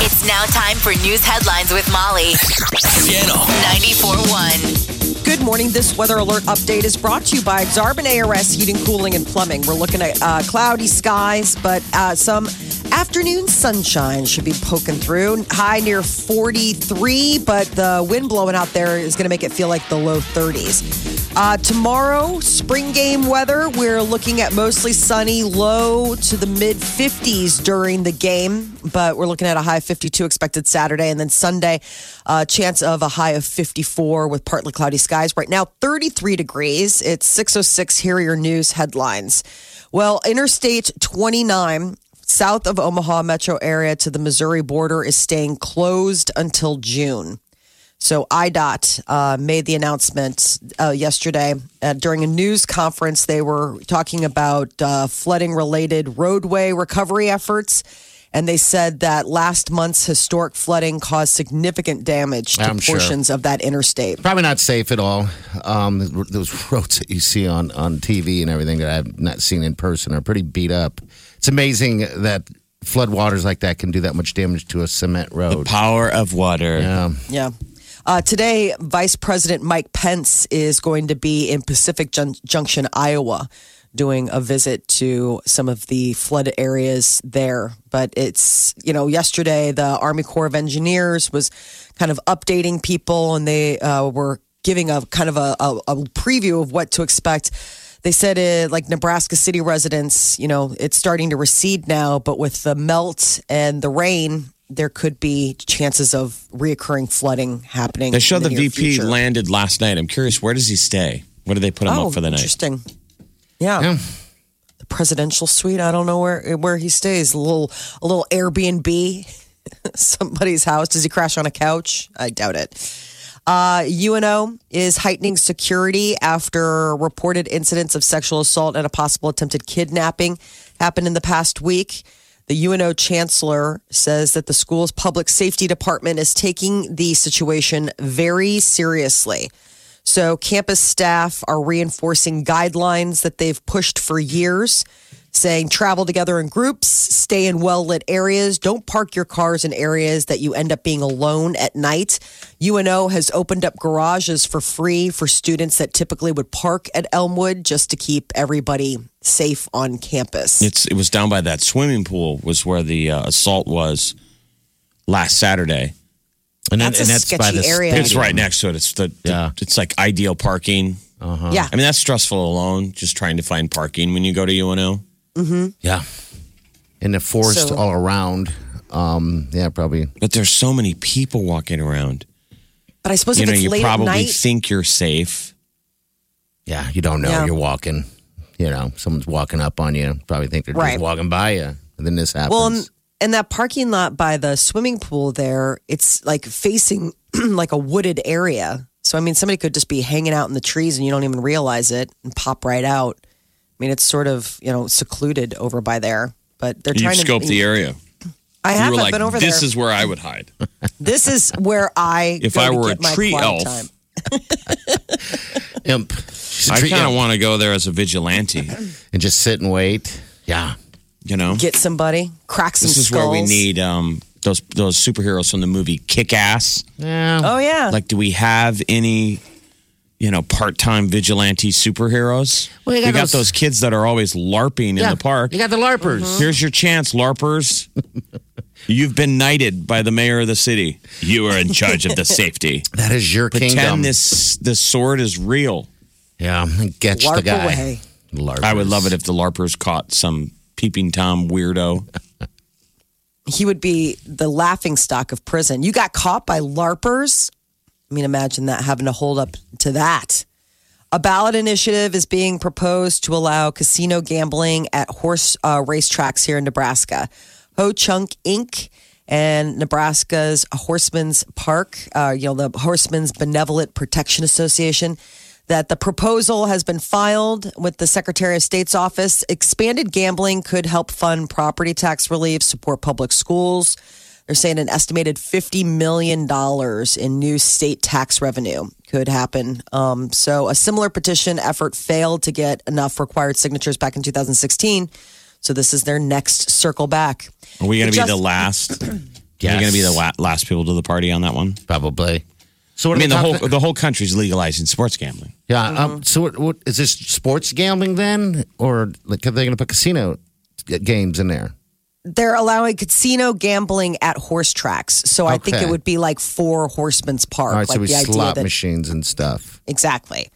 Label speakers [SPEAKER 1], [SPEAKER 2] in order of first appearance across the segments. [SPEAKER 1] It's now time for news headlines with Molly. Channel 94.1.
[SPEAKER 2] Good morning. This weather alert update is brought to you by Xarban ARS Heating, Cooling, and Plumbing. We're looking at uh, cloudy skies, but uh, some afternoon sunshine should be poking through. High near 43, but the wind blowing out there is going to make it feel like the low 30s. Uh, tomorrow, spring game weather. We're looking at mostly sunny, low to the mid 50s during the game, but we're looking at a high of 52 expected Saturday, and then Sunday, uh, chance of a high of 54 with partly cloudy skies. Right now, 33 degrees. It's 606. Here are your news headlines. Well, Interstate 29 south of Omaha metro area to the Missouri border is staying closed until June. So IDOT uh, made the announcement uh, yesterday uh, during a news conference. They were talking about uh, flooding related roadway recovery efforts. And they said that last month's historic flooding caused significant damage to
[SPEAKER 3] I'm sure.
[SPEAKER 2] portions of that interstate.
[SPEAKER 3] Probably not safe at all. Um, those roads that you see on, on TV and everything that I've not seen in person are pretty beat up. It's amazing that floodwaters like that can do that much damage to a cement road.
[SPEAKER 4] Power of water.
[SPEAKER 3] yeah.
[SPEAKER 2] Yeah. Uh, today, Vice President Mike Pence is going to be in Pacific Jun- Junction, Iowa, doing a visit to some of the flood areas there. But it's, you know, yesterday the Army Corps of Engineers was kind of updating people and they uh, were giving a kind of a, a, a preview of what to expect. They said it, like Nebraska city residents, you know, it's starting to recede now, but with the melt and the rain, there could be chances of reoccurring flooding happening.
[SPEAKER 4] They show
[SPEAKER 2] in
[SPEAKER 4] the,
[SPEAKER 2] near
[SPEAKER 4] VP
[SPEAKER 2] future.
[SPEAKER 4] landed last night. I'm curious, where does he stay? Where do they put him
[SPEAKER 2] Oh,
[SPEAKER 4] up for the night?
[SPEAKER 2] interesting. Yeah.
[SPEAKER 3] Yeah.
[SPEAKER 2] the presidential suite. I don't know where where he stays. A little a little Airbnb, somebody's house. Does he crash on a couch? I doubt it. Uh, UNO is heightening security after reported incidents of sexual assault and a possible attempted kidnapping happened in the past week. The UNO chancellor says that the school's public safety department is taking the situation very seriously. So, campus staff are reinforcing guidelines that they've pushed for years, saying travel together in groups, stay in well lit areas, don't park your cars in areas that you end up being alone at night. UNO has opened up garages for free for students that typically would park at Elmwood just to keep everybody safe on campus.
[SPEAKER 4] It's it was down by that swimming pool was where the uh, assault was last Saturday.
[SPEAKER 3] And,
[SPEAKER 2] That's a sketchy area.
[SPEAKER 4] It's right next to it. It's the, the-
[SPEAKER 3] Yeah.
[SPEAKER 4] it's like ideal parking.
[SPEAKER 2] yeah.
[SPEAKER 4] I mean that's stressful alone just trying to find parking when you go to UNO.
[SPEAKER 3] Yeah. In the forest
[SPEAKER 2] So-
[SPEAKER 3] all around. Um, yeah, probably.
[SPEAKER 4] But there's so many people walking around.
[SPEAKER 2] But I suppose
[SPEAKER 4] You
[SPEAKER 2] if
[SPEAKER 4] know,
[SPEAKER 2] it's
[SPEAKER 4] you
[SPEAKER 2] late at
[SPEAKER 4] probably
[SPEAKER 2] night,
[SPEAKER 4] think you're safe.
[SPEAKER 3] Yeah, you don't know.
[SPEAKER 2] Yeah.
[SPEAKER 3] You're walking. You know, someone's walking up on you. Probably think they're
[SPEAKER 2] Right.
[SPEAKER 3] just walking by you. And then this happens.
[SPEAKER 2] Well, and, and that parking lot by the swimming pool there, it's like facing like a wooded area. So, I mean, somebody could just be hanging out in the trees and you don't even realize it and pop right out. I mean, it's sort of, you know, secluded over by there, but they're
[SPEAKER 4] You've
[SPEAKER 2] trying to.
[SPEAKER 4] scoped the area.
[SPEAKER 2] I
[SPEAKER 4] You
[SPEAKER 2] haven't
[SPEAKER 4] were like,
[SPEAKER 2] been over
[SPEAKER 4] this
[SPEAKER 2] there.
[SPEAKER 4] is where I would hide.
[SPEAKER 2] this is where I.
[SPEAKER 4] If
[SPEAKER 2] go
[SPEAKER 4] I
[SPEAKER 2] to
[SPEAKER 4] were a
[SPEAKER 2] get my
[SPEAKER 4] tree
[SPEAKER 2] quiet
[SPEAKER 4] elf,
[SPEAKER 2] time.
[SPEAKER 3] imp.
[SPEAKER 4] I
[SPEAKER 3] Treat-
[SPEAKER 4] kind of want to go there as a vigilante.
[SPEAKER 3] and just sit and wait. Yeah.
[SPEAKER 4] You know,
[SPEAKER 2] Get somebody, crack some
[SPEAKER 4] this is
[SPEAKER 2] skulls.
[SPEAKER 4] where we need um, those those superheroes from the movie Kick Ass.
[SPEAKER 3] Yeah.
[SPEAKER 2] Oh, yeah.
[SPEAKER 4] Like, do we have any, you know, part time vigilante superheroes?
[SPEAKER 3] Well, you
[SPEAKER 4] we
[SPEAKER 3] got
[SPEAKER 4] got
[SPEAKER 3] those-
[SPEAKER 4] those kids that are always LARPing
[SPEAKER 3] yeah.
[SPEAKER 4] in the park. Mm-hmm.
[SPEAKER 3] You got the LARPers.
[SPEAKER 4] Here's your chance, LARPers. You've been knighted by the mayor of the city. You are in charge of the safety.
[SPEAKER 3] That is your kingdom.
[SPEAKER 4] Pretend this this sword is real.
[SPEAKER 3] yeah, and catch the
[SPEAKER 2] LARP
[SPEAKER 3] guy.
[SPEAKER 2] away.
[SPEAKER 3] LARPers.
[SPEAKER 4] I would love it if the LARPers caught some peeping tom weirdo.
[SPEAKER 2] he would be the laughing stock of prison. You got caught by LARPers. I mean, imagine that having to hold up to that. A ballot initiative is being proposed to allow casino gambling at horse uh, racetracks here in Nebraska. Ho Chunk Inc. and Nebraska's Horsemen's Park, uh, you know, the Horsemen's Benevolent Protection Association, that the proposal has been filed with the Secretary of State's office. Expanded gambling could help fund property tax relief, support public schools. They're saying an estimated $50 million in new state tax revenue could happen. Um, so, a similar petition effort failed to get enough required signatures back in 2016. So, this is their next circle back.
[SPEAKER 4] Are we going to be
[SPEAKER 2] Just-
[SPEAKER 4] the last? Are
[SPEAKER 3] Yes.
[SPEAKER 4] we going to be the la- last people to the party on that one?
[SPEAKER 3] Probably. So what
[SPEAKER 4] I
[SPEAKER 3] are
[SPEAKER 4] mean,
[SPEAKER 3] we
[SPEAKER 4] the whole
[SPEAKER 3] talking-
[SPEAKER 4] the whole country's legalizing sports gambling.
[SPEAKER 3] yeah. Um, so what, what is this sports gambling then, or like are they going to put casino uh, games in there?
[SPEAKER 2] They're allowing casino gambling at horse tracks. So, I think
[SPEAKER 3] Okay.
[SPEAKER 2] it would be like for Horseman's Park.
[SPEAKER 3] All right,
[SPEAKER 2] like
[SPEAKER 3] so we
[SPEAKER 2] the idea
[SPEAKER 3] slot
[SPEAKER 2] that-
[SPEAKER 3] machines and stuff.
[SPEAKER 2] Exactly.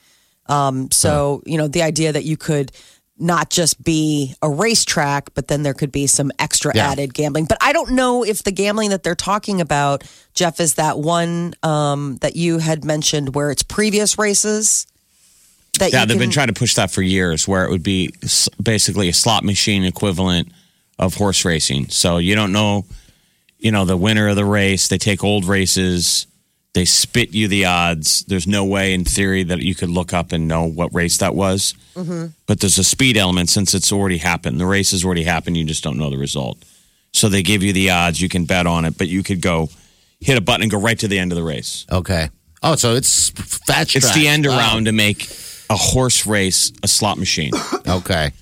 [SPEAKER 2] Um, so, you know, the idea that you could not just be a racetrack, but then there could be some extra
[SPEAKER 3] Yeah.
[SPEAKER 2] added gambling. But I don't know if the gambling that they're talking about, Jeff, is that one um, that you had mentioned where it's previous races. That
[SPEAKER 4] Yeah,
[SPEAKER 2] you
[SPEAKER 4] they've been
[SPEAKER 2] can-
[SPEAKER 4] trying to push that for years, where it would be s- basically a slot machine equivalent of horse racing. So you don't know, you know, the winner of the race. They take old races, they spit you the odds. There's no way, in theory, that you could look up and know what race that was. But there's a speed element since it's already happened. The race has already happened. You just don't know the result. So they give you the odds. You can bet on it, but you could go hit a button and go right to the end of the race.
[SPEAKER 3] Okay. Oh, so it's fast
[SPEAKER 4] It's
[SPEAKER 3] track.
[SPEAKER 4] the end
[SPEAKER 3] Wow.
[SPEAKER 4] around to make a horse race a slot machine.
[SPEAKER 3] Okay.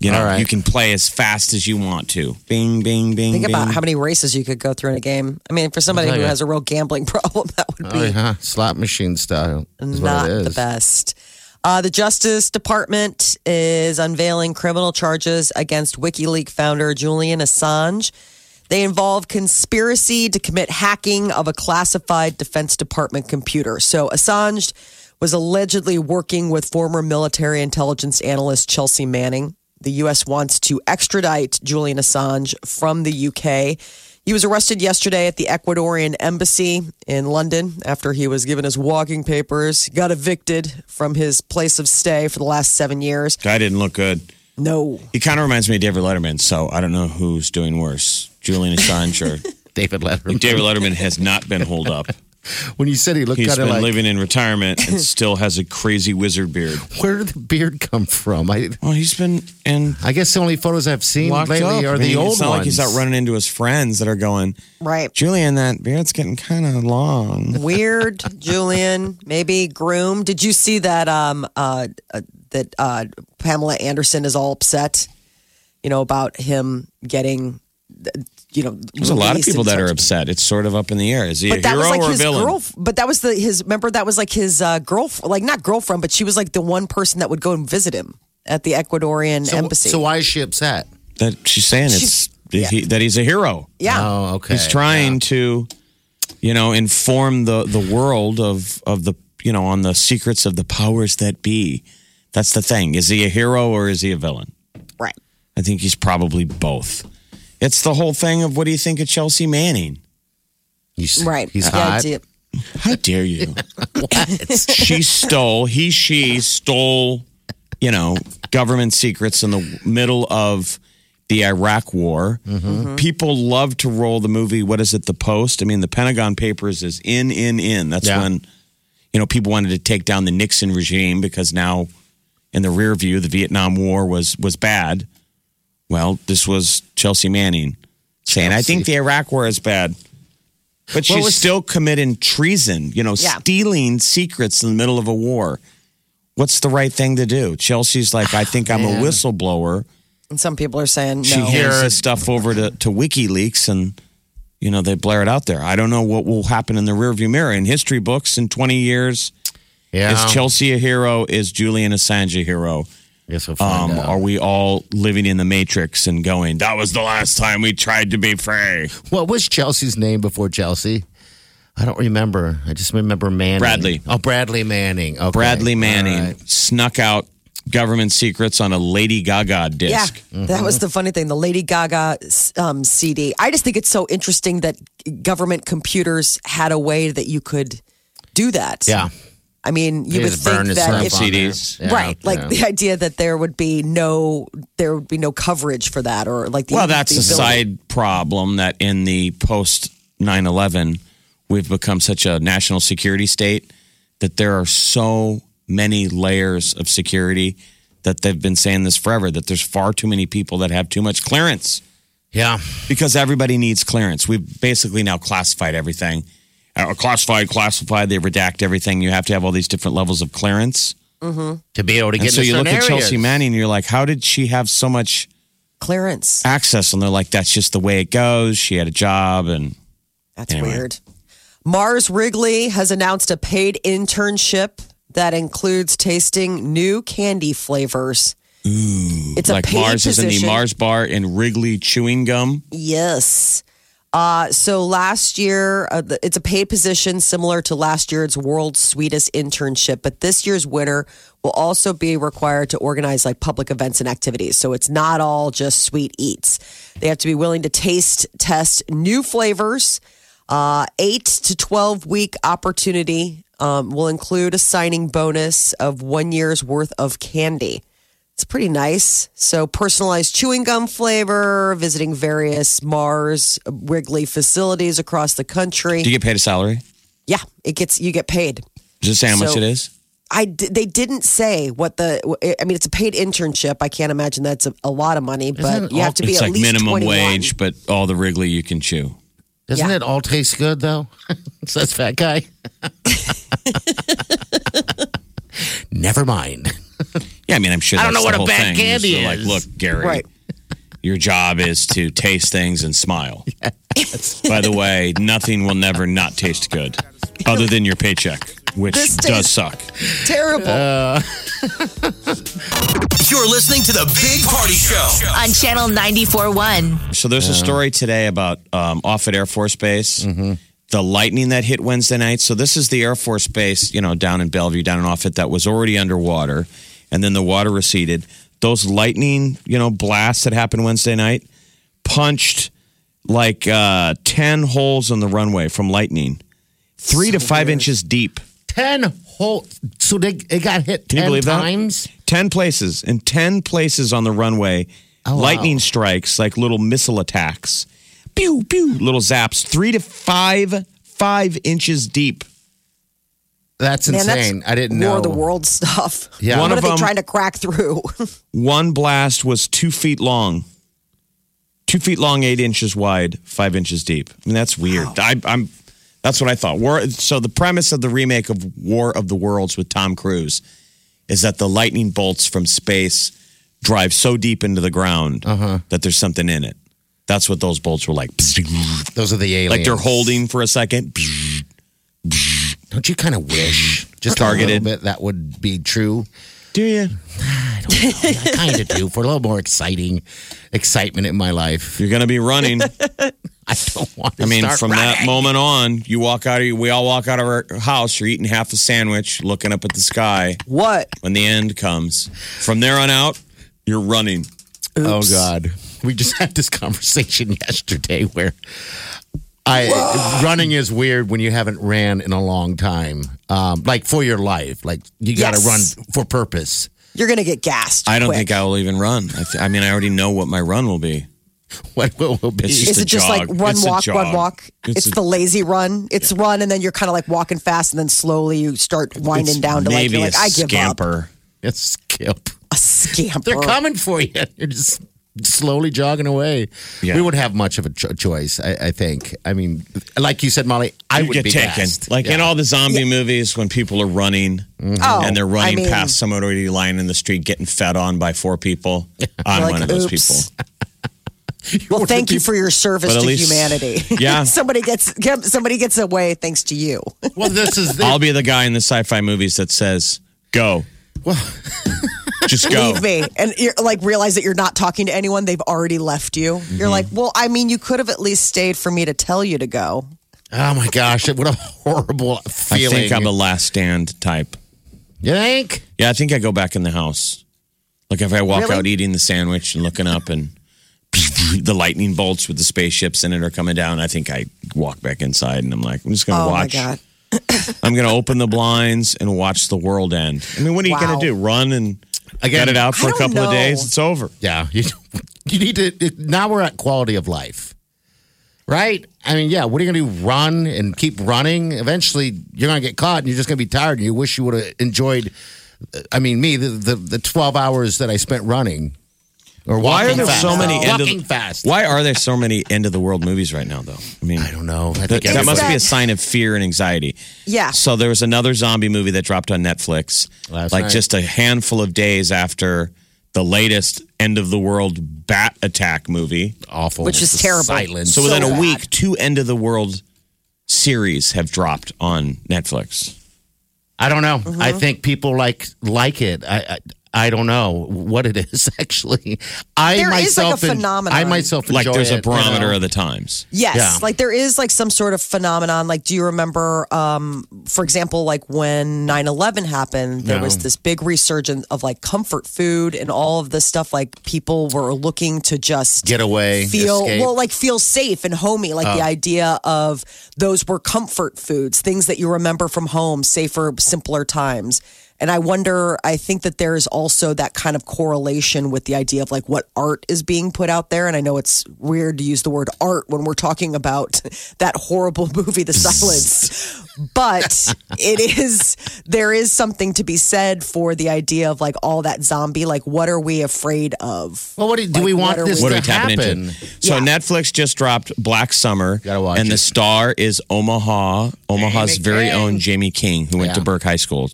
[SPEAKER 4] You know,
[SPEAKER 3] All right.
[SPEAKER 4] you can play as fast as you want to. Bing, bing, bing.
[SPEAKER 2] Think
[SPEAKER 4] bing.
[SPEAKER 2] about how many races you could go through in a game. I mean, for somebody who
[SPEAKER 3] Okay.
[SPEAKER 2] has a real gambling problem, that would be
[SPEAKER 3] Oh, yeah. Slot machine style. Is what
[SPEAKER 2] not
[SPEAKER 3] it is.
[SPEAKER 2] the best. Uh, the Justice Department is unveiling criminal charges against WikiLeaks founder Julian Assange. They involve conspiracy to commit hacking of a classified Defense Department computer. So Assange was allegedly working with former military intelligence analyst Chelsea Manning. The U.S. wants to extradite Julian Assange from the U.K. He was arrested yesterday at the Ecuadorian embassy in London after he was given his walking papers. He got evicted from his place of stay for the last seven years.
[SPEAKER 4] Guy didn't look good.
[SPEAKER 2] No.
[SPEAKER 4] He kind of reminds me of David Letterman, so I don't know who's doing worse, Julian Assange or
[SPEAKER 3] David Letterman.
[SPEAKER 4] David Letterman has not been holed up.
[SPEAKER 3] When you said he looked
[SPEAKER 4] He's
[SPEAKER 3] kind of
[SPEAKER 4] been
[SPEAKER 3] like,
[SPEAKER 4] living in retirement and still has a crazy wizard beard.
[SPEAKER 3] where did the beard come from? I,
[SPEAKER 4] Well, he's been in
[SPEAKER 3] I guess the only photos I've seen
[SPEAKER 4] locked
[SPEAKER 3] lately
[SPEAKER 4] up.
[SPEAKER 3] are
[SPEAKER 4] I
[SPEAKER 3] the
[SPEAKER 4] mean,
[SPEAKER 3] old
[SPEAKER 4] It's not
[SPEAKER 3] ones.
[SPEAKER 4] like he's out running into his friends that are going,
[SPEAKER 2] Right.
[SPEAKER 4] Julian, that beard's getting kind of long.
[SPEAKER 2] Weird, Julian. Maybe groom. Did you see that? Um, uh, uh, that uh, Pamela Anderson is all upset. You know about him getting. uh, You know,
[SPEAKER 4] There's a lot of people that are upset. It's sort of up in the air. Is he
[SPEAKER 2] But
[SPEAKER 4] a
[SPEAKER 2] that
[SPEAKER 4] hero
[SPEAKER 2] was like
[SPEAKER 4] or a
[SPEAKER 2] his
[SPEAKER 4] villain?
[SPEAKER 2] girl. But that was the his. Remember that was like his uh, girlfriend, like not girlfriend, but she was like the one person that would go and visit him at the Ecuadorian
[SPEAKER 3] so,
[SPEAKER 2] embassy.
[SPEAKER 3] so why is she upset?
[SPEAKER 4] That she's saying it's he, that he's a hero.
[SPEAKER 2] yeah.
[SPEAKER 3] Oh, okay.
[SPEAKER 4] He's trying to, you know, inform the the world of of the you know on the secrets of the powers that be. That's the thing. Is he a hero or is he a villain?
[SPEAKER 2] Right.
[SPEAKER 4] I think he's probably both. It's the whole thing of what do you think of Chelsea Manning?
[SPEAKER 3] He's,
[SPEAKER 2] Right.
[SPEAKER 3] He's
[SPEAKER 2] The
[SPEAKER 3] hot.
[SPEAKER 2] idea-
[SPEAKER 4] How dare you? she stole. He she stole. You know, government secrets in the middle of the Iraq War. People love to roll the movie. What is it? The Post. I mean, the Pentagon Papers is in, in, in. That's
[SPEAKER 3] Yeah.
[SPEAKER 4] when you know people wanted to take down the Nixon regime because now, in the rear view, the Vietnam War was was bad. Well, this was Chelsea Manning saying, "I think the Iraq War is bad." But she's
[SPEAKER 3] was-
[SPEAKER 4] still committing treason, you know,
[SPEAKER 2] Yeah.
[SPEAKER 4] stealing secrets in the middle of a war. What's the right thing to do? Chelsea's like, I think I'm a whistleblower.
[SPEAKER 2] And some people are saying no.
[SPEAKER 4] She hands this stuff over to, to WikiLeaks and, you know, they blare it out there. I don't know what will happen in the rearview mirror. In history books in 20 years,
[SPEAKER 3] Yeah.
[SPEAKER 4] is Chelsea a hero? Is Julian Assange a hero?
[SPEAKER 3] Guess we'll find
[SPEAKER 4] Um,
[SPEAKER 3] out.
[SPEAKER 4] are we all living in the matrix and going, that was the last time we tried to be free?
[SPEAKER 3] What was Chelsea's name before Chelsea? I don't remember. I just remember Manning.
[SPEAKER 4] Bradley.
[SPEAKER 3] Oh, Bradley Manning. Okay.
[SPEAKER 4] Bradley
[SPEAKER 3] All
[SPEAKER 4] Manning
[SPEAKER 3] right.
[SPEAKER 4] snuck out government secrets on a Lady
[SPEAKER 2] Yeah,
[SPEAKER 4] Gaga disc.
[SPEAKER 2] that was the funny thing. The Lady Gaga um, CD. I just think it's so interesting that government computers had a way that you could do that.
[SPEAKER 3] Yeah.
[SPEAKER 2] I mean, you
[SPEAKER 3] They
[SPEAKER 2] would
[SPEAKER 3] just burn
[SPEAKER 2] think
[SPEAKER 3] the
[SPEAKER 2] that
[SPEAKER 3] stuff
[SPEAKER 2] if
[SPEAKER 3] on there.
[SPEAKER 4] CDs.
[SPEAKER 3] Yeah,
[SPEAKER 2] right, like
[SPEAKER 3] yeah.
[SPEAKER 2] the idea that there would be no there would be no coverage for that, or like the
[SPEAKER 4] Well, that's
[SPEAKER 2] the
[SPEAKER 4] a
[SPEAKER 2] ability-
[SPEAKER 4] side problem that in the post 9 11, we've become such a national security state that there are so many layers of security that they've been saying this forever that there's far too many people that have too much clearance
[SPEAKER 3] yeah.
[SPEAKER 4] because everybody needs clearance. We've basically now classified everything. Uh, classified, classified, they redact everything. You have to have all these different levels of clearance.
[SPEAKER 3] To be able to get
[SPEAKER 4] And so
[SPEAKER 3] into
[SPEAKER 4] you look
[SPEAKER 3] certain
[SPEAKER 4] at Chelsea
[SPEAKER 3] areas.
[SPEAKER 4] Manning and you're like, how did she have so much?
[SPEAKER 2] clearance.
[SPEAKER 4] access and they're like that's just the way it goes she had a job and
[SPEAKER 2] That's
[SPEAKER 4] Anyway.
[SPEAKER 2] weird. Mars Wrigley has announced a paid internship that includes tasting new candy flavors. it's a
[SPEAKER 4] like
[SPEAKER 2] paid
[SPEAKER 4] mars
[SPEAKER 2] position.
[SPEAKER 4] is in the mars bar and wrigley chewing gum
[SPEAKER 2] Yes. Uh, so last year, uh, the, it's a paid position similar to last year's World's Sweetest Internship, but this year's winner will also be required to organize like public events and activities. So it's not all just sweet eats. They have to be willing to taste test new flavors. Uh, eight to 12 week opportunity um, will include a signing bonus of one year's worth of candy. It's pretty nice. So, personalized chewing gum flavor, visiting various Mars Wrigley facilities across the country.
[SPEAKER 4] do you get paid a salary
[SPEAKER 2] yeah, it gets you get paid.
[SPEAKER 4] just say how much
[SPEAKER 2] So-
[SPEAKER 4] it is
[SPEAKER 2] I di- they didn't say what the. I mean, it's a paid internship. I can't imagine that's a, a lot of money, but
[SPEAKER 3] Isn't it
[SPEAKER 2] you have to
[SPEAKER 3] all-
[SPEAKER 2] be
[SPEAKER 4] it's
[SPEAKER 2] at
[SPEAKER 4] like
[SPEAKER 2] least
[SPEAKER 4] minimum
[SPEAKER 2] 21.
[SPEAKER 4] wage but all the wrigley you can chew
[SPEAKER 3] Doesn't
[SPEAKER 2] Yeah.
[SPEAKER 3] it all taste good though? Says fat guy. Never mind.
[SPEAKER 4] yeah i mean i'm sure
[SPEAKER 3] I don't know
[SPEAKER 4] that's
[SPEAKER 3] what
[SPEAKER 4] the
[SPEAKER 3] a
[SPEAKER 4] whole
[SPEAKER 3] bad
[SPEAKER 4] thing.
[SPEAKER 3] candy
[SPEAKER 4] They're
[SPEAKER 3] is.
[SPEAKER 4] like look gary
[SPEAKER 2] Right.
[SPEAKER 4] your job is to taste things and smile by the way nothing will never not taste good other than your paycheck which
[SPEAKER 2] This tastes-
[SPEAKER 4] does suck
[SPEAKER 2] Terrible.
[SPEAKER 5] You're listening to the Big Party Show.
[SPEAKER 1] on Channel 94.1.
[SPEAKER 4] So there's a story today about um, off at Air Force Base, the lightning that hit Wednesday night. So this is the Air Force Base, you know, down in Bellevue, down in Offutt that was already underwater, and then the water receded. Those lightning, you know, blasts that happened Wednesday night punched like uh, ten holes in the runway from lightning, three to five inches deep,
[SPEAKER 3] Ten whole. So they it got hit
[SPEAKER 4] Can you
[SPEAKER 3] ten
[SPEAKER 4] believe that?
[SPEAKER 3] times.
[SPEAKER 4] ten places in ten places on the runway.
[SPEAKER 3] Oh, wow.
[SPEAKER 4] lightning strikes, like little missile attacks. Pew pew, little zaps, three to five, five inches deep.
[SPEAKER 3] That's
[SPEAKER 2] Man, that's
[SPEAKER 3] insane. I didn't
[SPEAKER 2] War
[SPEAKER 3] know.
[SPEAKER 2] of the world stuff.
[SPEAKER 3] Yeah.
[SPEAKER 2] What
[SPEAKER 4] One
[SPEAKER 2] are
[SPEAKER 4] of
[SPEAKER 2] they
[SPEAKER 4] them-
[SPEAKER 2] trying to crack through?
[SPEAKER 4] One blast was two feet long, two feet long, eight inches wide, five inches deep. I mean, that's weird. I, I'm. That's what I thought. War, so the premise of the remake of War of the Worlds with Tom Cruise is that the lightning bolts from space drive so deep into the ground that there's something in it. That's what those bolts were like.
[SPEAKER 3] Those are the aliens.
[SPEAKER 4] Like they're holding for a second.
[SPEAKER 3] Don't you kind of wish just
[SPEAKER 4] Targeted.
[SPEAKER 3] a little bit that would be true?
[SPEAKER 4] Do you?
[SPEAKER 3] I kind of do for a little more exciting excitement in my life.
[SPEAKER 4] You're going to be running.
[SPEAKER 3] I don't want. To
[SPEAKER 4] I mean,
[SPEAKER 3] start
[SPEAKER 4] from that
[SPEAKER 3] running.
[SPEAKER 4] moment on, you walk out of we all walk out of our house. You're eating half a sandwich, looking up at the sky.
[SPEAKER 2] what?
[SPEAKER 4] When the end comes, from there on out, you're running.
[SPEAKER 3] Oh God, we just had this conversation yesterday where I running is weird when you haven't ran in a long time, um, like for your life. Like you got to
[SPEAKER 2] Yes.
[SPEAKER 3] run for purpose.
[SPEAKER 2] You're going to get gassed.
[SPEAKER 4] I don't
[SPEAKER 2] quick.
[SPEAKER 4] think I will even run. I, th- I mean, I already know what my run will be.
[SPEAKER 3] What will will be?
[SPEAKER 4] It's
[SPEAKER 2] Is
[SPEAKER 4] a
[SPEAKER 2] it just like
[SPEAKER 4] jog.
[SPEAKER 2] run,
[SPEAKER 4] It's a
[SPEAKER 2] walk, run,
[SPEAKER 4] jog.
[SPEAKER 2] walk? It's,
[SPEAKER 4] It's a-
[SPEAKER 2] the lazy run. It's run, and then you're kind of like walking fast, and then slowly you start winding down to like,
[SPEAKER 4] Maybe
[SPEAKER 2] you're like,
[SPEAKER 4] a
[SPEAKER 2] I give up.
[SPEAKER 4] scamper.
[SPEAKER 3] It's skip.
[SPEAKER 2] A scamper.
[SPEAKER 4] Oh.
[SPEAKER 3] They're coming for you. You're just slowly jogging away.
[SPEAKER 4] Yeah.
[SPEAKER 3] We wouldn't have much of a cho- choice, I, I think. I mean, like you said, Molly, I
[SPEAKER 4] You
[SPEAKER 3] would
[SPEAKER 4] get
[SPEAKER 3] be
[SPEAKER 4] taken.
[SPEAKER 3] gassed.
[SPEAKER 4] Like in all the zombie movies, when people are running
[SPEAKER 2] Oh,
[SPEAKER 4] and they're
[SPEAKER 2] I
[SPEAKER 4] running
[SPEAKER 2] mean,
[SPEAKER 4] past someone already lying in the street, getting fed on by four people. I'm
[SPEAKER 2] Like,
[SPEAKER 4] one of those
[SPEAKER 2] oops.
[SPEAKER 4] people.
[SPEAKER 2] Well, thank you for your service
[SPEAKER 4] But
[SPEAKER 2] to
[SPEAKER 4] at least-
[SPEAKER 2] humanity.
[SPEAKER 4] Yeah.
[SPEAKER 2] somebody gets somebody gets away thanks to you.
[SPEAKER 3] well, this is the,
[SPEAKER 4] I'll be the guy in the sci-fi movies that says, "Go." just go.
[SPEAKER 2] Leave me, and you're like realize that you're not talking to anyone. They've already left you.
[SPEAKER 4] Mm-hmm.
[SPEAKER 2] You're like, well, I mean, you could have at least stayed for me to tell you to go.
[SPEAKER 3] oh my gosh, what a horrible
[SPEAKER 4] I
[SPEAKER 3] feeling.
[SPEAKER 4] think I'm a last stand type.
[SPEAKER 3] you think?
[SPEAKER 4] Yeah, I think I go back in the house. Like if I walk
[SPEAKER 2] Really?
[SPEAKER 4] out eating the sandwich and looking up and the lightning bolts with the spaceships in it are coming down, I think I walk back inside and I'm like, I'm just gonna
[SPEAKER 2] Oh
[SPEAKER 4] watch.
[SPEAKER 2] my god.
[SPEAKER 4] I'm going to open the blinds and watch the world end. I mean, what are you
[SPEAKER 2] Wow.
[SPEAKER 4] going to do? Run and
[SPEAKER 3] Again,
[SPEAKER 4] get it out for
[SPEAKER 2] I
[SPEAKER 4] a
[SPEAKER 2] don't
[SPEAKER 4] couple
[SPEAKER 2] know.
[SPEAKER 4] of days? It's over.
[SPEAKER 3] Yeah, you you need to. It, now we're at quality of life, right? I mean, yeah. What are you going to do? Run and keep running. Eventually, you're going to get caught, and you're just going to be tired, and you wish you would have enjoyed. uh, I mean, me the, the the twelve hours that I spent running or
[SPEAKER 4] Why are
[SPEAKER 3] walking
[SPEAKER 4] there
[SPEAKER 3] fast.
[SPEAKER 4] so many end of
[SPEAKER 3] walking
[SPEAKER 4] the,
[SPEAKER 3] fast?
[SPEAKER 4] Why are there so many end of the world movies right now, though? I mean,
[SPEAKER 3] I don't know. I
[SPEAKER 4] that,
[SPEAKER 3] think
[SPEAKER 4] that must be a
[SPEAKER 3] everybody-
[SPEAKER 4] sign of fear and anxiety.
[SPEAKER 2] Yeah.
[SPEAKER 4] So there was another zombie movie that dropped on Netflix,
[SPEAKER 3] Last
[SPEAKER 4] like
[SPEAKER 3] night.
[SPEAKER 4] just a handful of days after the latest end of the world bat attack movie.
[SPEAKER 3] awful,
[SPEAKER 2] Which is terrible.
[SPEAKER 3] Silence.
[SPEAKER 4] So within a
[SPEAKER 2] bad.
[SPEAKER 4] week, two end of the world series have dropped on Netflix.
[SPEAKER 3] I don't know.
[SPEAKER 2] Mm-hmm.
[SPEAKER 3] I think people like like it. I. I I don't know what it is actually. I
[SPEAKER 2] There is, like, a
[SPEAKER 3] myself, en-
[SPEAKER 2] phenomenon.
[SPEAKER 3] I myself,
[SPEAKER 4] Like
[SPEAKER 3] enjoy
[SPEAKER 4] there's a
[SPEAKER 3] it, you know?
[SPEAKER 4] barometer of the times.
[SPEAKER 2] Yes,
[SPEAKER 3] Yeah.
[SPEAKER 2] like there is like some sort of phenomenon. Like, do you remember, um, for example, like when 9 11 happened, there
[SPEAKER 3] No.
[SPEAKER 2] was this big resurgence of like comfort food and all of this stuff. Like, people were looking to just
[SPEAKER 3] Get away,
[SPEAKER 2] feel
[SPEAKER 3] escape.
[SPEAKER 2] well, like feel safe and homey. Like, the idea of those were comfort foods, things that you remember from home, safer, simpler times. And I wonder, I think that there is also that kind of correlation with the idea of like what art is being put out there. And I know it's weird to use the word art when we're talking about that horrible movie, The Silence, but it is, there is something to be said for the idea of like all that zombie, like what are we afraid of?
[SPEAKER 3] Well, what do, do we
[SPEAKER 2] what
[SPEAKER 3] want
[SPEAKER 2] are
[SPEAKER 3] this
[SPEAKER 2] we-
[SPEAKER 4] What
[SPEAKER 3] to
[SPEAKER 4] are we tapping
[SPEAKER 3] happen?
[SPEAKER 4] into? So Netflix just dropped Black Summer,
[SPEAKER 3] Gotta watch
[SPEAKER 4] and
[SPEAKER 3] it.
[SPEAKER 4] the star is Omaha, Omaha's very own Jamie King, who went to
[SPEAKER 3] Yeah.
[SPEAKER 4] Burke High School,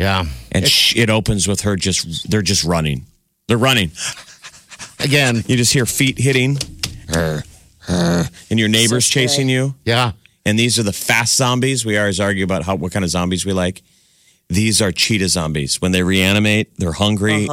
[SPEAKER 3] Yeah.
[SPEAKER 4] and sh- it opens with her just they're just running, they're running.
[SPEAKER 3] Again.
[SPEAKER 4] You just hear feet hitting, her, her, and your neighbors chasing you.
[SPEAKER 3] Yeah.
[SPEAKER 4] And these are the fast zombies. We always argue about how what kind of zombies we like. These are cheetah zombies. When they reanimate, they're hungry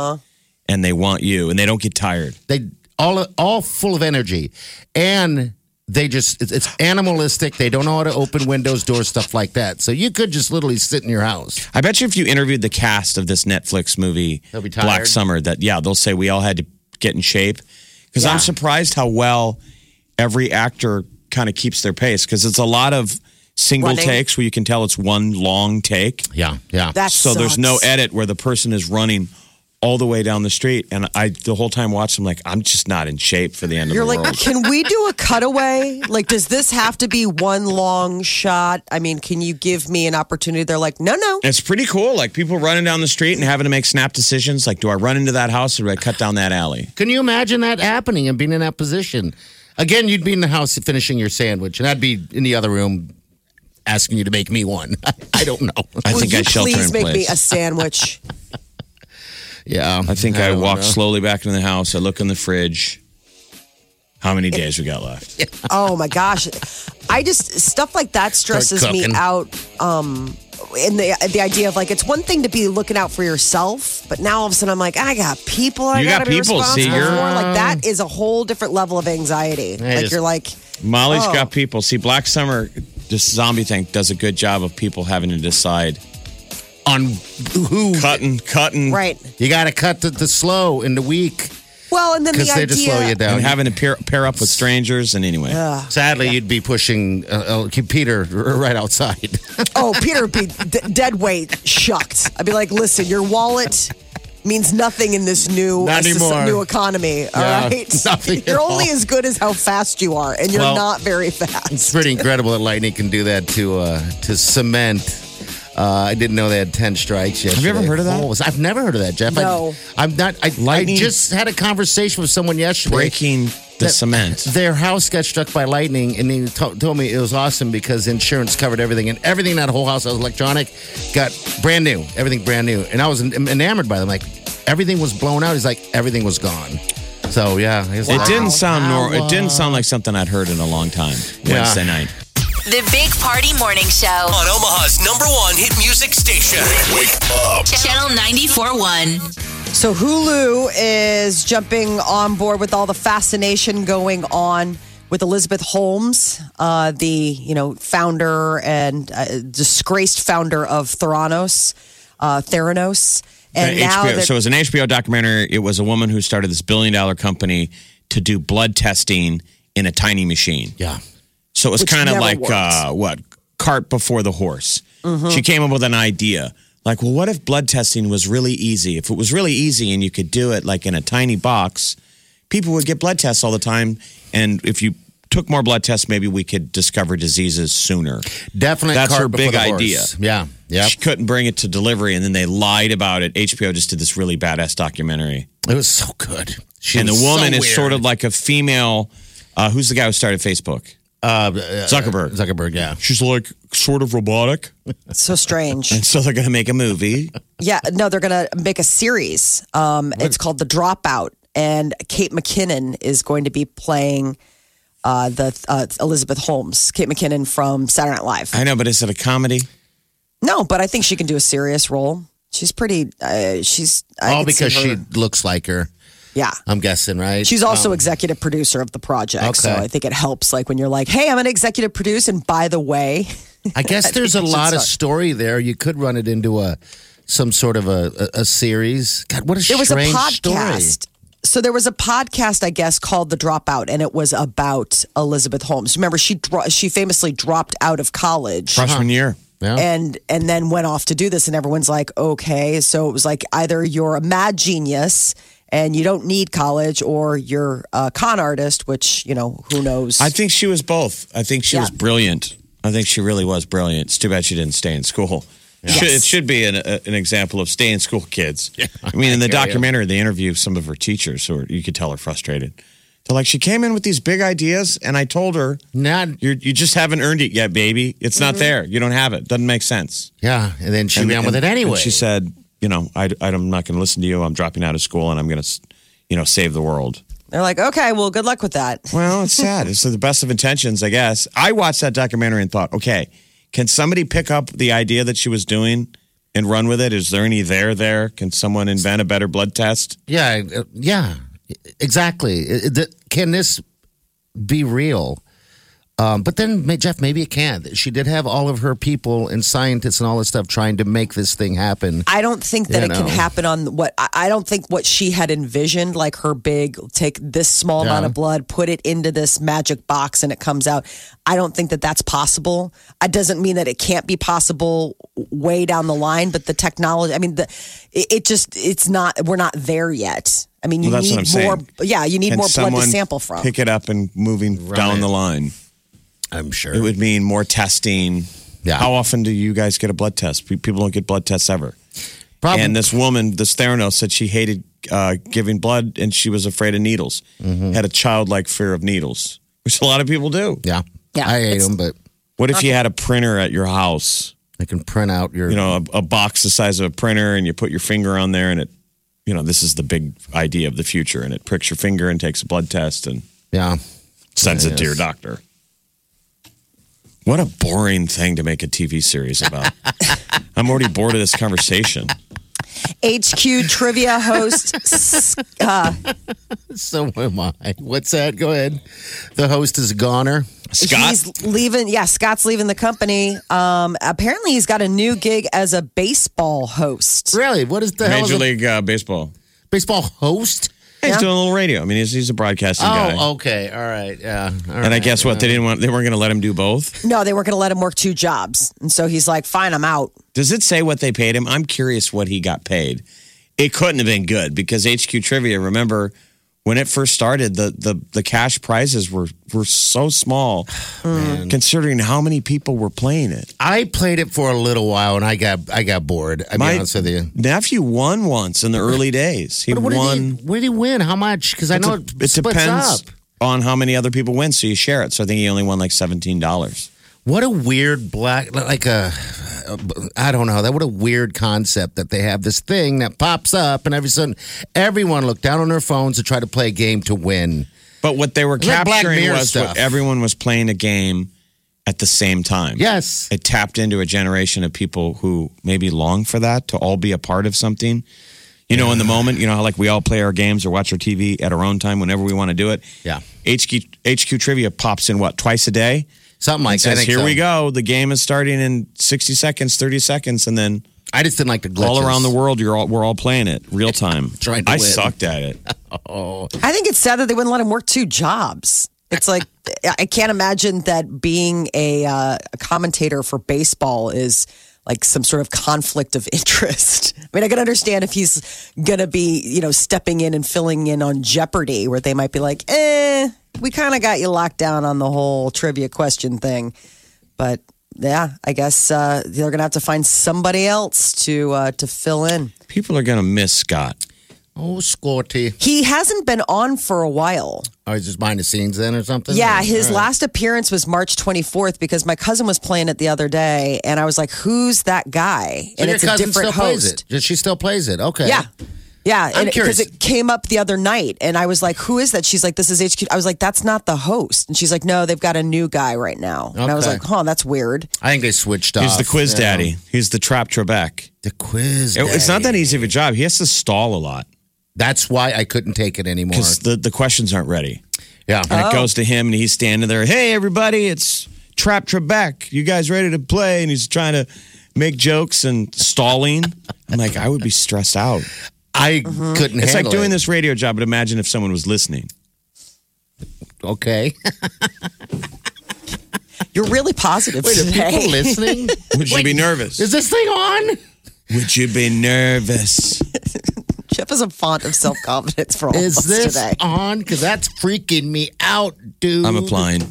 [SPEAKER 4] and they want you, and they don't get tired.
[SPEAKER 3] They all all full of energy, and they just it's, it's animalistic. They don't know how to open windows, doors, stuff like that. So you could just literally sit in your house.
[SPEAKER 4] I bet you if you interviewed the cast of this Netflix movie,
[SPEAKER 3] They'll be tired.
[SPEAKER 4] Black Summer, that yeah, they'll say we all had to get in shape. Because I'm surprised how well every actor kind of keeps their pace. Because it's a lot of single
[SPEAKER 2] Running.
[SPEAKER 4] takes where you can tell it's one long take.
[SPEAKER 3] Yeah. Yeah.
[SPEAKER 2] That
[SPEAKER 4] so there's
[SPEAKER 2] sucks.
[SPEAKER 4] no edit where the person is running all the way down the street. And I the whole time watched, I'm like, I'm just not in shape for the end of
[SPEAKER 2] You're
[SPEAKER 4] the
[SPEAKER 2] like,
[SPEAKER 4] world.
[SPEAKER 2] can we do a cutaway? Like, does this have to be one long shot? I mean, can you give me an opportunity? They're like, no, no.
[SPEAKER 4] It's pretty cool. Like people running down the street and having to make snap decisions. Like, do I run into that house or do I cut down that alley?
[SPEAKER 3] Can you imagine that happening and being in that position? Again, you'd be in the house finishing your sandwich, and I'd be in the other room asking you to make me one. I don't know.
[SPEAKER 4] I
[SPEAKER 2] Will
[SPEAKER 4] think
[SPEAKER 2] you
[SPEAKER 4] I shelter
[SPEAKER 2] please
[SPEAKER 4] in
[SPEAKER 2] make me
[SPEAKER 4] place.
[SPEAKER 2] a sandwich?
[SPEAKER 3] Yeah.
[SPEAKER 4] I think I,
[SPEAKER 3] don't
[SPEAKER 4] walk
[SPEAKER 3] know.
[SPEAKER 4] slowly back into the house. I look in the fridge. How many days we got left?
[SPEAKER 2] oh my gosh, I just stuff like that stresses me
[SPEAKER 3] cooking.
[SPEAKER 2] out. Um, and the the idea of like it's one thing to be looking out for yourself, but now all of a sudden I'm like, I got people. I
[SPEAKER 4] You
[SPEAKER 2] gotta
[SPEAKER 4] got
[SPEAKER 2] be
[SPEAKER 4] people.
[SPEAKER 2] responsible
[SPEAKER 4] See, you're-
[SPEAKER 2] for. Like that is a whole different level of anxiety.
[SPEAKER 3] I
[SPEAKER 2] like
[SPEAKER 3] just-
[SPEAKER 2] you're like,
[SPEAKER 4] Molly's
[SPEAKER 2] Oh.
[SPEAKER 4] got people. See, Black Summer, this zombie thing does a good job of people having to decide
[SPEAKER 3] on who
[SPEAKER 4] cutting, cutting,
[SPEAKER 2] right.
[SPEAKER 3] you got to cut the, the slow and the weak
[SPEAKER 2] Well, and then the
[SPEAKER 3] because they
[SPEAKER 2] idea.
[SPEAKER 3] just slow you down.
[SPEAKER 4] and having to pair, pair up with strangers. And anyway,
[SPEAKER 3] Sadly, you'd be pushing uh, uh, Peter r- right outside.
[SPEAKER 2] Oh, Peter would be d- dead weight shucked. I'd be like, listen, your wallet means nothing in this new
[SPEAKER 3] Not
[SPEAKER 2] this
[SPEAKER 3] anymore.
[SPEAKER 2] new economy. All
[SPEAKER 3] Yeah,
[SPEAKER 2] right?
[SPEAKER 3] nothing at
[SPEAKER 2] you're only
[SPEAKER 3] all.
[SPEAKER 2] as good as how fast you are, and you're
[SPEAKER 3] Well,
[SPEAKER 2] not very
[SPEAKER 3] it's
[SPEAKER 2] fast.
[SPEAKER 3] pretty incredible that Lightning can do that to uh, to cement. Uh, I didn't know they had ten strikes. Yesterday.
[SPEAKER 4] you ever heard of that?
[SPEAKER 3] Oh, I've never heard of that, Jeff.
[SPEAKER 2] No.
[SPEAKER 3] I, am not. I, I
[SPEAKER 4] Lightning-
[SPEAKER 3] just had a conversation with someone yesterday.
[SPEAKER 4] breaking the
[SPEAKER 3] that
[SPEAKER 4] cement.
[SPEAKER 3] Their house got struck by lightning, and they to- told me it was awesome because insurance covered everything, and everything in that whole house that was electronic got brand new, everything brand new. And I was en- enamored by them. Like everything was blown out. He's like everything was gone. So yeah, I guess-
[SPEAKER 4] It didn't sound nor- It didn't sound like something I'd heard in a long time.
[SPEAKER 3] Yeah.
[SPEAKER 4] Wednesday night.
[SPEAKER 1] The Big Party Morning Show.
[SPEAKER 5] On Omaha's number one hit music station. Wake up.
[SPEAKER 1] Channel 94.1.
[SPEAKER 2] So Hulu is jumping on board with all the fascination going on with Elizabeth Holmes, uh, the you know founder and uh, disgraced founder of Theranos, uh, Theranos, and
[SPEAKER 4] Uh,
[SPEAKER 2] now
[SPEAKER 4] HBO
[SPEAKER 2] they're-
[SPEAKER 4] so it was an HBO documentary. It was a woman who started this billion dollar company to do blood testing in a tiny machine.
[SPEAKER 3] Yeah.
[SPEAKER 4] So it was
[SPEAKER 2] Which
[SPEAKER 4] kind of
[SPEAKER 2] never
[SPEAKER 4] like
[SPEAKER 2] worked. Mm-hmm.
[SPEAKER 4] uh, what cart before the horse. She came up with an idea. Like, well, what if blood testing was really easy? If it was really easy and you could do it like in a tiny box, people would get blood tests all the time. And if you took more blood tests, maybe we could discover diseases sooner.
[SPEAKER 3] Definitely,
[SPEAKER 4] That's
[SPEAKER 3] cart
[SPEAKER 4] her
[SPEAKER 3] before
[SPEAKER 4] big
[SPEAKER 3] the horse.
[SPEAKER 4] idea.
[SPEAKER 3] Yeah, yeah.
[SPEAKER 4] She couldn't bring it to delivery, and then they lied about it. HBO just did this really badass documentary,
[SPEAKER 3] It was so good. She
[SPEAKER 4] and the
[SPEAKER 3] was so
[SPEAKER 4] woman is
[SPEAKER 3] weird.
[SPEAKER 4] sort of like a female. Uh, who's the guy who started Facebook?
[SPEAKER 3] uh,
[SPEAKER 4] Zuckerberg.
[SPEAKER 3] Zuckerberg. Yeah,
[SPEAKER 4] She's like sort of robotic,
[SPEAKER 2] It's so strange.
[SPEAKER 4] and so they're going to make a movie.
[SPEAKER 2] Yeah, no, they're going to make a series. Um, it's called The Dropout, and Kate McKinnon is going to be playing uh, the uh, Elizabeth Holmes, Kate McKinnon from Saturday Night Live.
[SPEAKER 4] I know, but is it a comedy?
[SPEAKER 2] no, but I think she can do a serious role. She's pretty. Uh, she's I
[SPEAKER 3] all
[SPEAKER 2] could see
[SPEAKER 3] because she
[SPEAKER 2] her-
[SPEAKER 3] looks like her.
[SPEAKER 2] Yeah.
[SPEAKER 3] I'm guessing, right? Um,
[SPEAKER 2] She's also executive producer of the project, so
[SPEAKER 3] Okay.
[SPEAKER 2] I think it helps. Like when you're like, "Hey, I'm an executive producer," and by the way,
[SPEAKER 3] I guess there's a
[SPEAKER 2] think it should
[SPEAKER 3] lot of
[SPEAKER 2] suck.
[SPEAKER 3] story there. You could run it into a some sort of a, a, a series. God, what a
[SPEAKER 2] There was a
[SPEAKER 3] strange
[SPEAKER 2] podcast.
[SPEAKER 3] story.
[SPEAKER 2] So there was a podcast, I guess, called The Dropout, and it was about Elizabeth Holmes. Remember, she dro- she famously dropped out of college
[SPEAKER 4] Freshman year.
[SPEAKER 3] Yeah.
[SPEAKER 2] and and then went off to do this, and everyone's like, okay. So it was like either you're a mad genius and you don't need college, or you're a con artist, which you know who knows.
[SPEAKER 4] I think she was both. I think she
[SPEAKER 2] Yeah.
[SPEAKER 4] was brilliant. I think she really was brilliant. It's too bad she didn't stay in school. Should- it should be an, a, an example of stay in school kids. I mean, in the documentary, they interview some of her teachers, or you could tell her frustrated. They're like, she came in with these big ideas, and I told her,
[SPEAKER 3] Not,
[SPEAKER 4] You're, you just haven't earned it yet, baby. It's not there. You don't have it. Doesn't make sense.
[SPEAKER 3] yeah, and then she
[SPEAKER 4] And-
[SPEAKER 3] ran Mm-hmm. with
[SPEAKER 4] and-
[SPEAKER 3] it anyway.
[SPEAKER 4] and she said, you know, I, am not going to listen to you. I'm dropping out of school, and I'm going to, you know, save the world.
[SPEAKER 2] They're like, okay, well, good luck with that.
[SPEAKER 4] Well, it's sad. it's the best of intentions, I guess. I watched that documentary and thought, okay, can somebody pick up the idea that she was doing and run with it? Is there any there there? Can someone invent a better blood test?
[SPEAKER 3] Yeah, uh, yeah, exactly. It- it- the- Can this be real? Um, but then, ma- Jeff, maybe it can. She did have all of her people and scientists and all this stuff trying to make this thing happen.
[SPEAKER 2] I don't think that
[SPEAKER 3] You
[SPEAKER 2] it can
[SPEAKER 3] know.
[SPEAKER 2] happen on what I- I don't think what she had envisioned, like her big take this small amount of blood, put it into this magic box, and it comes out. I don't think that that's possible. It doesn't mean that it can't be possible way down the line, but the technology. I mean, the it, it just it's not. We're not there yet. I mean, you
[SPEAKER 4] Well, that's
[SPEAKER 2] need
[SPEAKER 4] what I'm
[SPEAKER 2] more.
[SPEAKER 4] saying.
[SPEAKER 2] Yeah, you need
[SPEAKER 4] Can
[SPEAKER 2] more blood to
[SPEAKER 4] someone
[SPEAKER 2] sample from.
[SPEAKER 4] Pick it up and moving down the line.
[SPEAKER 3] I'm
[SPEAKER 4] It
[SPEAKER 3] sure.
[SPEAKER 4] would mean more testing.
[SPEAKER 3] Yeah.
[SPEAKER 4] How often do you guys get a blood test? Pe- People don't get blood tests ever.
[SPEAKER 3] Probably.
[SPEAKER 4] And this woman, this Theranos, said she hated uh, giving blood and she was afraid of needles. Had a childlike fear of needles, which a lot of people do.
[SPEAKER 3] yeah.
[SPEAKER 2] Yeah,
[SPEAKER 3] I hate
[SPEAKER 2] it's-
[SPEAKER 3] them, but
[SPEAKER 4] What if you had a printer at your house?
[SPEAKER 3] I can print out your.
[SPEAKER 4] You know, a, a box the size of a printer, and you put your finger on there, and it, you know, this is the big idea of the future, and it pricks your finger and takes a blood test and
[SPEAKER 3] yeah.
[SPEAKER 4] sends
[SPEAKER 3] Yeah,
[SPEAKER 4] it to
[SPEAKER 3] yes.
[SPEAKER 4] your doctor. What a boring thing to make a TV series about. I'm already bored of this conversation.
[SPEAKER 2] HQ trivia host. s- uh,
[SPEAKER 3] So am I. What's that? Go ahead. The host is a goner.
[SPEAKER 4] Scott,
[SPEAKER 2] He's leaving. Yeah, Scott's leaving the company. Um, apparently, he's got a new gig as a baseball host.
[SPEAKER 3] Really? What is the hell? is
[SPEAKER 4] Major
[SPEAKER 3] a
[SPEAKER 4] League uh, Baseball.
[SPEAKER 3] baseball host?
[SPEAKER 4] He's
[SPEAKER 2] Yeah.
[SPEAKER 4] doing a little radio. I mean, he's, he's a broadcasting guy.
[SPEAKER 3] Oh, okay. All right. Yeah. All
[SPEAKER 4] and I
[SPEAKER 3] right.
[SPEAKER 4] guess what they didn't want, they weren't going to let him do both.
[SPEAKER 2] No, they weren't going to let him work two jobs, and so he's like, "Fine, I'm out."
[SPEAKER 4] Does it say what they paid him? I'm curious what he got paid. It couldn't have been good because HQ Trivia. Remember when it first started, the the the cash prizes were were so small, considering how many people were playing it.
[SPEAKER 3] I played it for a little while and I got I got bored. I'll be honest with you.
[SPEAKER 4] nephew won once in the early days. He
[SPEAKER 3] But what
[SPEAKER 4] won.
[SPEAKER 3] Did he, what did he win? How much? Because I know it,
[SPEAKER 4] it
[SPEAKER 3] splits
[SPEAKER 4] depends
[SPEAKER 3] up.
[SPEAKER 4] on how many other people win, so you share it. So I think he only won like seventeen dollars.
[SPEAKER 3] What a weird black, like a, I don't know. That what a weird concept that they have this thing that pops up, and every sudden everyone looked down on their phones to try to play a game to win.
[SPEAKER 4] But what they were
[SPEAKER 3] It's like Black
[SPEAKER 4] capturing
[SPEAKER 3] Mirror
[SPEAKER 4] was
[SPEAKER 3] stuff.
[SPEAKER 4] what everyone was playing a game at the same time.
[SPEAKER 3] Yes,
[SPEAKER 4] It tapped into a generation of people who maybe long for that to all be a part of something. You know, in the moment, you know how like we all play our games or watch our TV at our own time whenever we want to do it.
[SPEAKER 3] Yeah.
[SPEAKER 4] HQ HQ trivia pops in what twice a day.
[SPEAKER 3] something
[SPEAKER 4] It
[SPEAKER 3] like that.
[SPEAKER 4] says
[SPEAKER 3] I think
[SPEAKER 4] here
[SPEAKER 3] so.
[SPEAKER 4] we go. The game is starting in sixty seconds, thirty seconds, and then
[SPEAKER 3] I just didn't like the glitches.
[SPEAKER 4] all around the world, you're all, we're all playing it real time.
[SPEAKER 3] Trying to
[SPEAKER 4] I
[SPEAKER 3] win.
[SPEAKER 4] sucked at it.
[SPEAKER 2] I think it's sad that they wouldn't let him work two jobs. It's like I can't imagine that being a, uh, a commentator for baseball is like some sort of conflict of interest. I mean, I can understand if he's gonna be, you know, stepping in and filling in on Jeopardy, where they might be like, "Eh, we kind of got you locked down on the whole trivia question thing," but. Yeah, I guess uh, they're gonna have to find somebody else to uh, to fill in.
[SPEAKER 4] People are going to miss Scott.
[SPEAKER 3] Oh, Scotty.
[SPEAKER 2] He hasn't been on for a while.
[SPEAKER 3] Oh, he's just behind the scenes then or something?
[SPEAKER 2] Yeah,
[SPEAKER 3] Or-
[SPEAKER 2] his
[SPEAKER 3] all right.
[SPEAKER 2] last appearance was March 24th because my cousin was playing it the other day, and I was like, "Who's that guy?"
[SPEAKER 3] So
[SPEAKER 2] and
[SPEAKER 3] your
[SPEAKER 2] it's a
[SPEAKER 3] cousin
[SPEAKER 2] different
[SPEAKER 3] still plays
[SPEAKER 2] host.
[SPEAKER 3] it. She still plays it. Okay.
[SPEAKER 2] Yeah, yeah,
[SPEAKER 3] I'm
[SPEAKER 2] because
[SPEAKER 3] curious.
[SPEAKER 2] it came up the other night, and I was like, "Who is that?" She's like, "This is HQ." I was like, "That's not the host," and she's like, "No, they've got a new guy right now." And I was
[SPEAKER 3] Okay.
[SPEAKER 2] like, "Huh, that's weird."
[SPEAKER 3] I think they switched
[SPEAKER 4] He's
[SPEAKER 3] off.
[SPEAKER 4] the quiz
[SPEAKER 3] you know.
[SPEAKER 4] daddy. He's the trap Trebek.
[SPEAKER 3] The quiz.
[SPEAKER 4] It- It's not
[SPEAKER 3] daddy.
[SPEAKER 4] that easy of a job. He has to stall a lot
[SPEAKER 3] That's why I couldn't take it Oh. anymore.
[SPEAKER 4] because the, the questions aren't ready.
[SPEAKER 3] Yeah.
[SPEAKER 4] And
[SPEAKER 2] Oh.
[SPEAKER 4] it goes to him, and he's standing there. Hey, everybody, it's Trap Trebek. You guys ready to play? And he's trying to make jokes and stalling. I'm like, I would be stressed out.
[SPEAKER 3] I
[SPEAKER 2] Mm-hmm.
[SPEAKER 3] couldn't
[SPEAKER 4] It's like
[SPEAKER 3] handle
[SPEAKER 4] doing
[SPEAKER 3] it.
[SPEAKER 4] this radio job, but imagine if someone was listening.
[SPEAKER 3] Okay.
[SPEAKER 2] You're really positive today.
[SPEAKER 3] People listening?
[SPEAKER 4] Would you be nervous?
[SPEAKER 3] Is this thing on?
[SPEAKER 4] Would you be nervous?
[SPEAKER 2] Jeff is a font of self confidence for all
[SPEAKER 3] Is
[SPEAKER 2] of us
[SPEAKER 3] this
[SPEAKER 2] today.
[SPEAKER 3] on? Because that's freaking me out, dude.
[SPEAKER 4] I'm applying.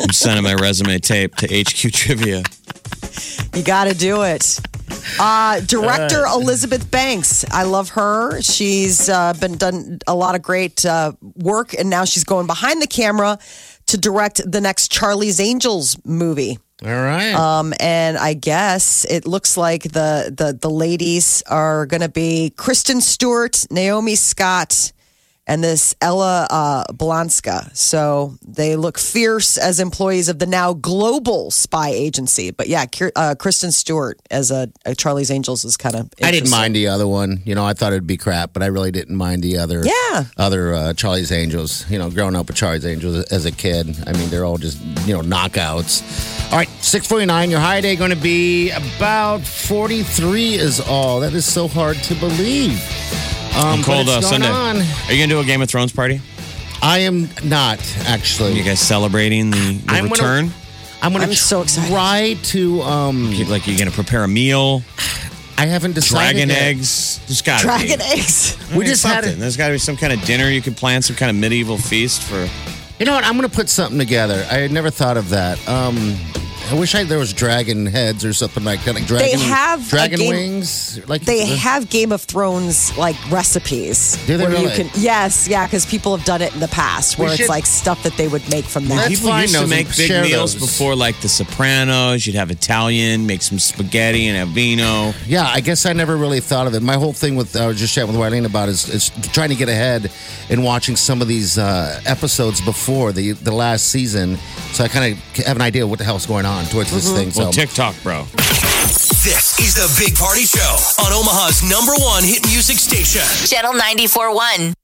[SPEAKER 4] I'm sending my resume tape to HQ Trivia.
[SPEAKER 2] You got to do it. Uh, director Elizabeth Banks, I love her. She's uh, been done a lot of great uh, work, and now she's going behind the camera to direct the next Charlie's Angels movie.
[SPEAKER 3] All right.
[SPEAKER 2] Um, and I guess it looks like the the the ladies are going to be Kristen Stewart, Naomi Scott, and this Ella uh, Blonska. So they look fierce as employees of the now global spy agency. But yeah, Kier- uh, Kristen Stewart as a, a Charlie's Angels is kind of
[SPEAKER 3] I didn't mind the other one. You know, I thought it'd be crap, but I really didn't mind the other.
[SPEAKER 2] Yeah.
[SPEAKER 3] Other uh, Charlie's Angels. You know, growing up with Charlie's Angels as a kid. I mean, they're all just you know knockouts. All right, six forty nine. Your high day going to be about forty three. Is all that is so hard to believe. Um,
[SPEAKER 4] I'm
[SPEAKER 3] but
[SPEAKER 4] cold
[SPEAKER 3] it's
[SPEAKER 4] uh,
[SPEAKER 3] going
[SPEAKER 4] Sunday.
[SPEAKER 3] on.
[SPEAKER 4] Are you gonna do a Game of Thrones party?
[SPEAKER 3] I am not actually.
[SPEAKER 4] You guys celebrating the, the
[SPEAKER 3] I'm gonna-
[SPEAKER 4] return?
[SPEAKER 3] I'm going
[SPEAKER 2] I'm
[SPEAKER 3] to
[SPEAKER 2] so excited.
[SPEAKER 3] try to. Um,
[SPEAKER 4] You- like you're gonna prepare a meal,
[SPEAKER 3] I haven't decided.
[SPEAKER 4] dragon
[SPEAKER 3] yet.
[SPEAKER 4] eggs. There's gotta
[SPEAKER 2] Dragon
[SPEAKER 4] be.
[SPEAKER 2] eggs.
[SPEAKER 4] I mean,
[SPEAKER 3] We just had
[SPEAKER 4] something.
[SPEAKER 3] it.
[SPEAKER 4] There's gotta be some kind of dinner you could plan, some kind of medieval feast for.
[SPEAKER 3] You know what? I'm going to put something together. I had never thought of that. Um, I wish I, there was dragon heads or something like that. Like dragon,
[SPEAKER 2] have a
[SPEAKER 3] dragon
[SPEAKER 2] game-
[SPEAKER 3] wings. Like
[SPEAKER 2] They have Game of Thrones like recipes.
[SPEAKER 3] Do they
[SPEAKER 2] where you
[SPEAKER 3] really?
[SPEAKER 2] can Yes, yeah, because people have done it in the past
[SPEAKER 3] We
[SPEAKER 2] where it's
[SPEAKER 3] should-
[SPEAKER 2] like stuff that they would make from that.
[SPEAKER 3] Let's
[SPEAKER 4] People
[SPEAKER 3] find
[SPEAKER 4] used to
[SPEAKER 3] those
[SPEAKER 4] make
[SPEAKER 3] and
[SPEAKER 4] big
[SPEAKER 3] share
[SPEAKER 4] meals
[SPEAKER 3] those.
[SPEAKER 4] before, like The Sopranos. You'd have Italian, make some spaghetti and a vino.
[SPEAKER 3] Yeah, I guess I never really thought of it. My whole thing with I was just chatting with Wileen about is, is trying to get ahead and watching some of these uh, episodes before the the last season, so I kind of have an idea what the hell's going on towards this thing. So
[SPEAKER 4] Well, TikTok, bro.
[SPEAKER 5] This is the Big Party Show on Omaha's number one hit music station.
[SPEAKER 1] Channel 94.1.